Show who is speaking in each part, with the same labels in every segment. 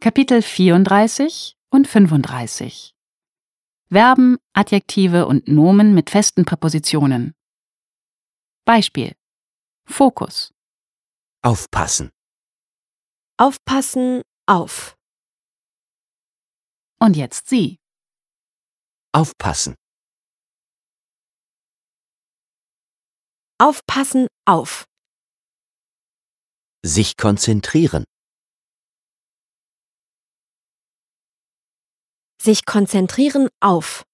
Speaker 1: Kapitel 34 und 35 Verben, Adjektive und Nomen mit festen Präpositionen. Beispiel Fokus
Speaker 2: Aufpassen.
Speaker 3: Aufpassen auf.
Speaker 1: und jetzt Sie.
Speaker 2: Aufpassen.
Speaker 3: Aufpassen auf.
Speaker 2: Sich konzentrieren.
Speaker 3: Sich konzentrieren auf.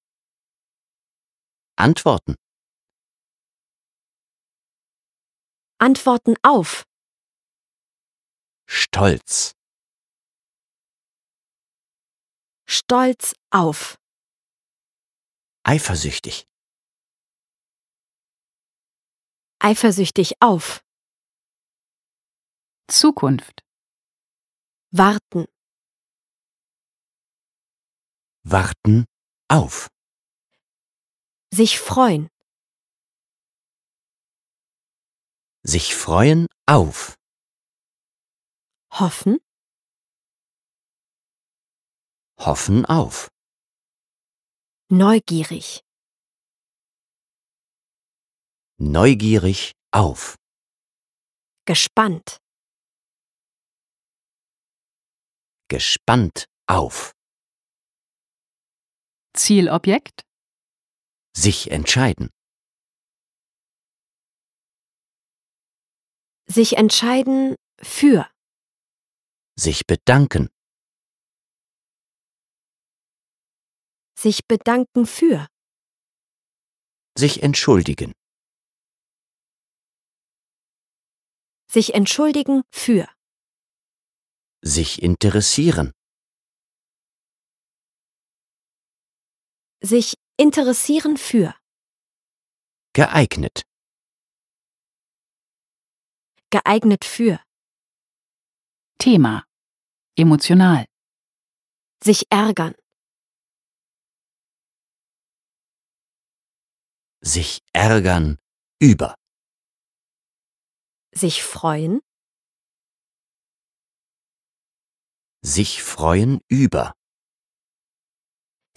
Speaker 2: Antworten.
Speaker 3: Antworten auf.
Speaker 2: Stolz.
Speaker 3: Stolz auf.
Speaker 2: Eifersüchtig.
Speaker 3: Eifersüchtig auf.
Speaker 1: Zukunft
Speaker 3: Warten.
Speaker 2: Warten. Auf.
Speaker 3: Sich freuen.
Speaker 2: Sich freuen. Auf.
Speaker 3: Hoffen.
Speaker 2: Hoffen. Auf.
Speaker 3: Neugierig.
Speaker 2: Neugierig. Auf.
Speaker 3: Gespannt.
Speaker 2: Gespannt. Auf.
Speaker 1: Zielobjekt
Speaker 2: Sich entscheiden.
Speaker 3: Sich entscheiden für.
Speaker 2: Sich bedanken.
Speaker 3: Sich bedanken für.
Speaker 2: Sich entschuldigen.
Speaker 3: Sich entschuldigen für.
Speaker 2: Sich interessieren.
Speaker 3: Sich interessieren für.
Speaker 2: Geeignet.
Speaker 3: Geeignet für.
Speaker 1: Thema Emotional
Speaker 3: Sich ärgern.
Speaker 2: Sich ärgern. Über.
Speaker 3: Sich freuen.
Speaker 2: Sich freuen. Über.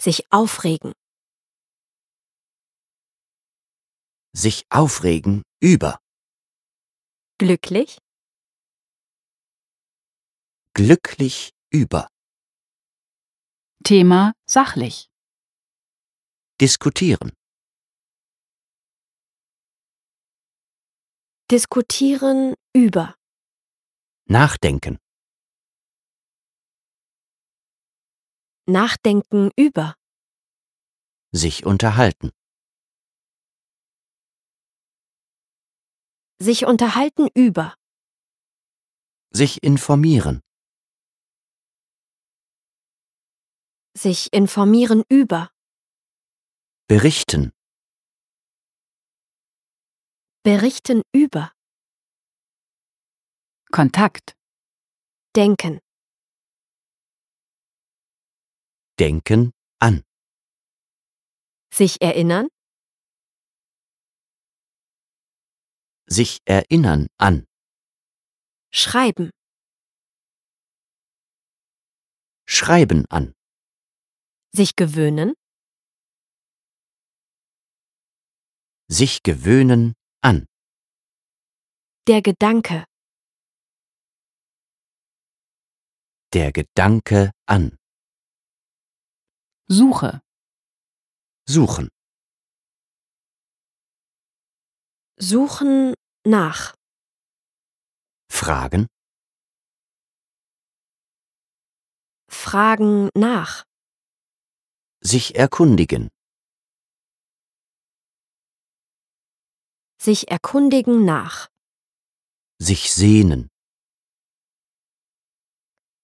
Speaker 3: Sich aufregen.
Speaker 2: Sich aufregen. Über.
Speaker 3: Glücklich.
Speaker 2: Glücklich. Über.
Speaker 1: Thema Sachlich
Speaker 2: Diskutieren.
Speaker 3: Diskutieren über.
Speaker 2: Nachdenken.
Speaker 3: Nachdenken über.
Speaker 2: Sich unterhalten.
Speaker 3: Sich unterhalten über.
Speaker 2: Sich informieren.
Speaker 3: Sich informieren über.
Speaker 2: Berichten.
Speaker 3: Berichten über.
Speaker 1: Kontakt
Speaker 3: Denken.
Speaker 2: Denken. An.
Speaker 3: Sich erinnern.
Speaker 2: Sich erinnern. An.
Speaker 3: Schreiben.
Speaker 2: Schreiben an.
Speaker 3: Sich gewöhnen.
Speaker 2: Sich gewöhnen an.
Speaker 3: Der Gedanke.
Speaker 2: Der Gedanke an.
Speaker 1: Suche
Speaker 2: Suchen.
Speaker 3: Suchen nach.
Speaker 2: Fragen.
Speaker 3: Fragen nach.
Speaker 2: Sich erkundigen.
Speaker 3: Sich erkundigen nach.
Speaker 2: Sich sehnen.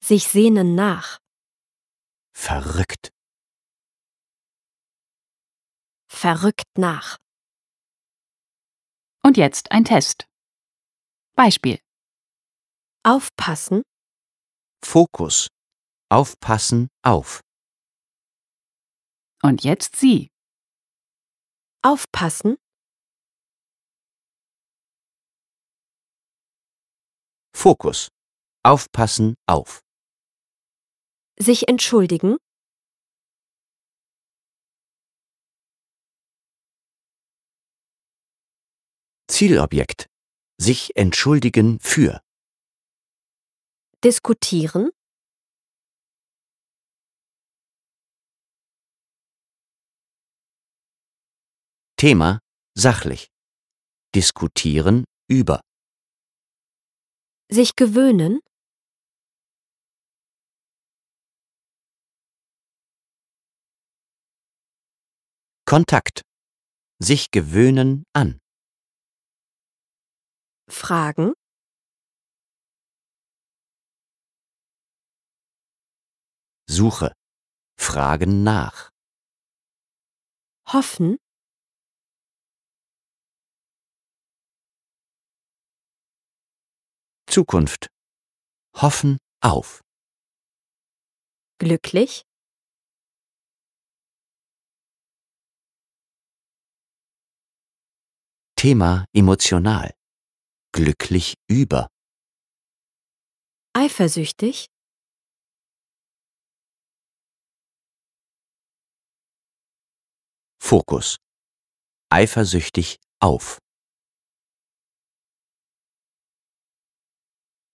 Speaker 3: Sich sehnen nach.
Speaker 2: Verrückt.
Speaker 3: Verrückt nach.
Speaker 1: und jetzt ein Test. Beispiel
Speaker 3: Aufpassen.
Speaker 2: Fokus. Aufpassen auf.
Speaker 1: und jetzt Sie.
Speaker 3: Aufpassen.
Speaker 2: Fokus. Aufpassen auf.
Speaker 3: Sich entschuldigen?
Speaker 2: Zielobjekt. Sich entschuldigen für.
Speaker 3: Diskutieren?
Speaker 2: Thema sachlich. Diskutieren über.
Speaker 3: Sich gewöhnen?
Speaker 2: Kontakt. Sich gewöhnen an.
Speaker 3: Fragen?
Speaker 2: Suche. Fragen nach.
Speaker 3: Hoffen?
Speaker 2: Zukunft. Hoffen auf.
Speaker 3: Glücklich?
Speaker 2: Thema emotional. Glücklich über.
Speaker 3: Eifersüchtig?
Speaker 2: Fokus. Eifersüchtig auf.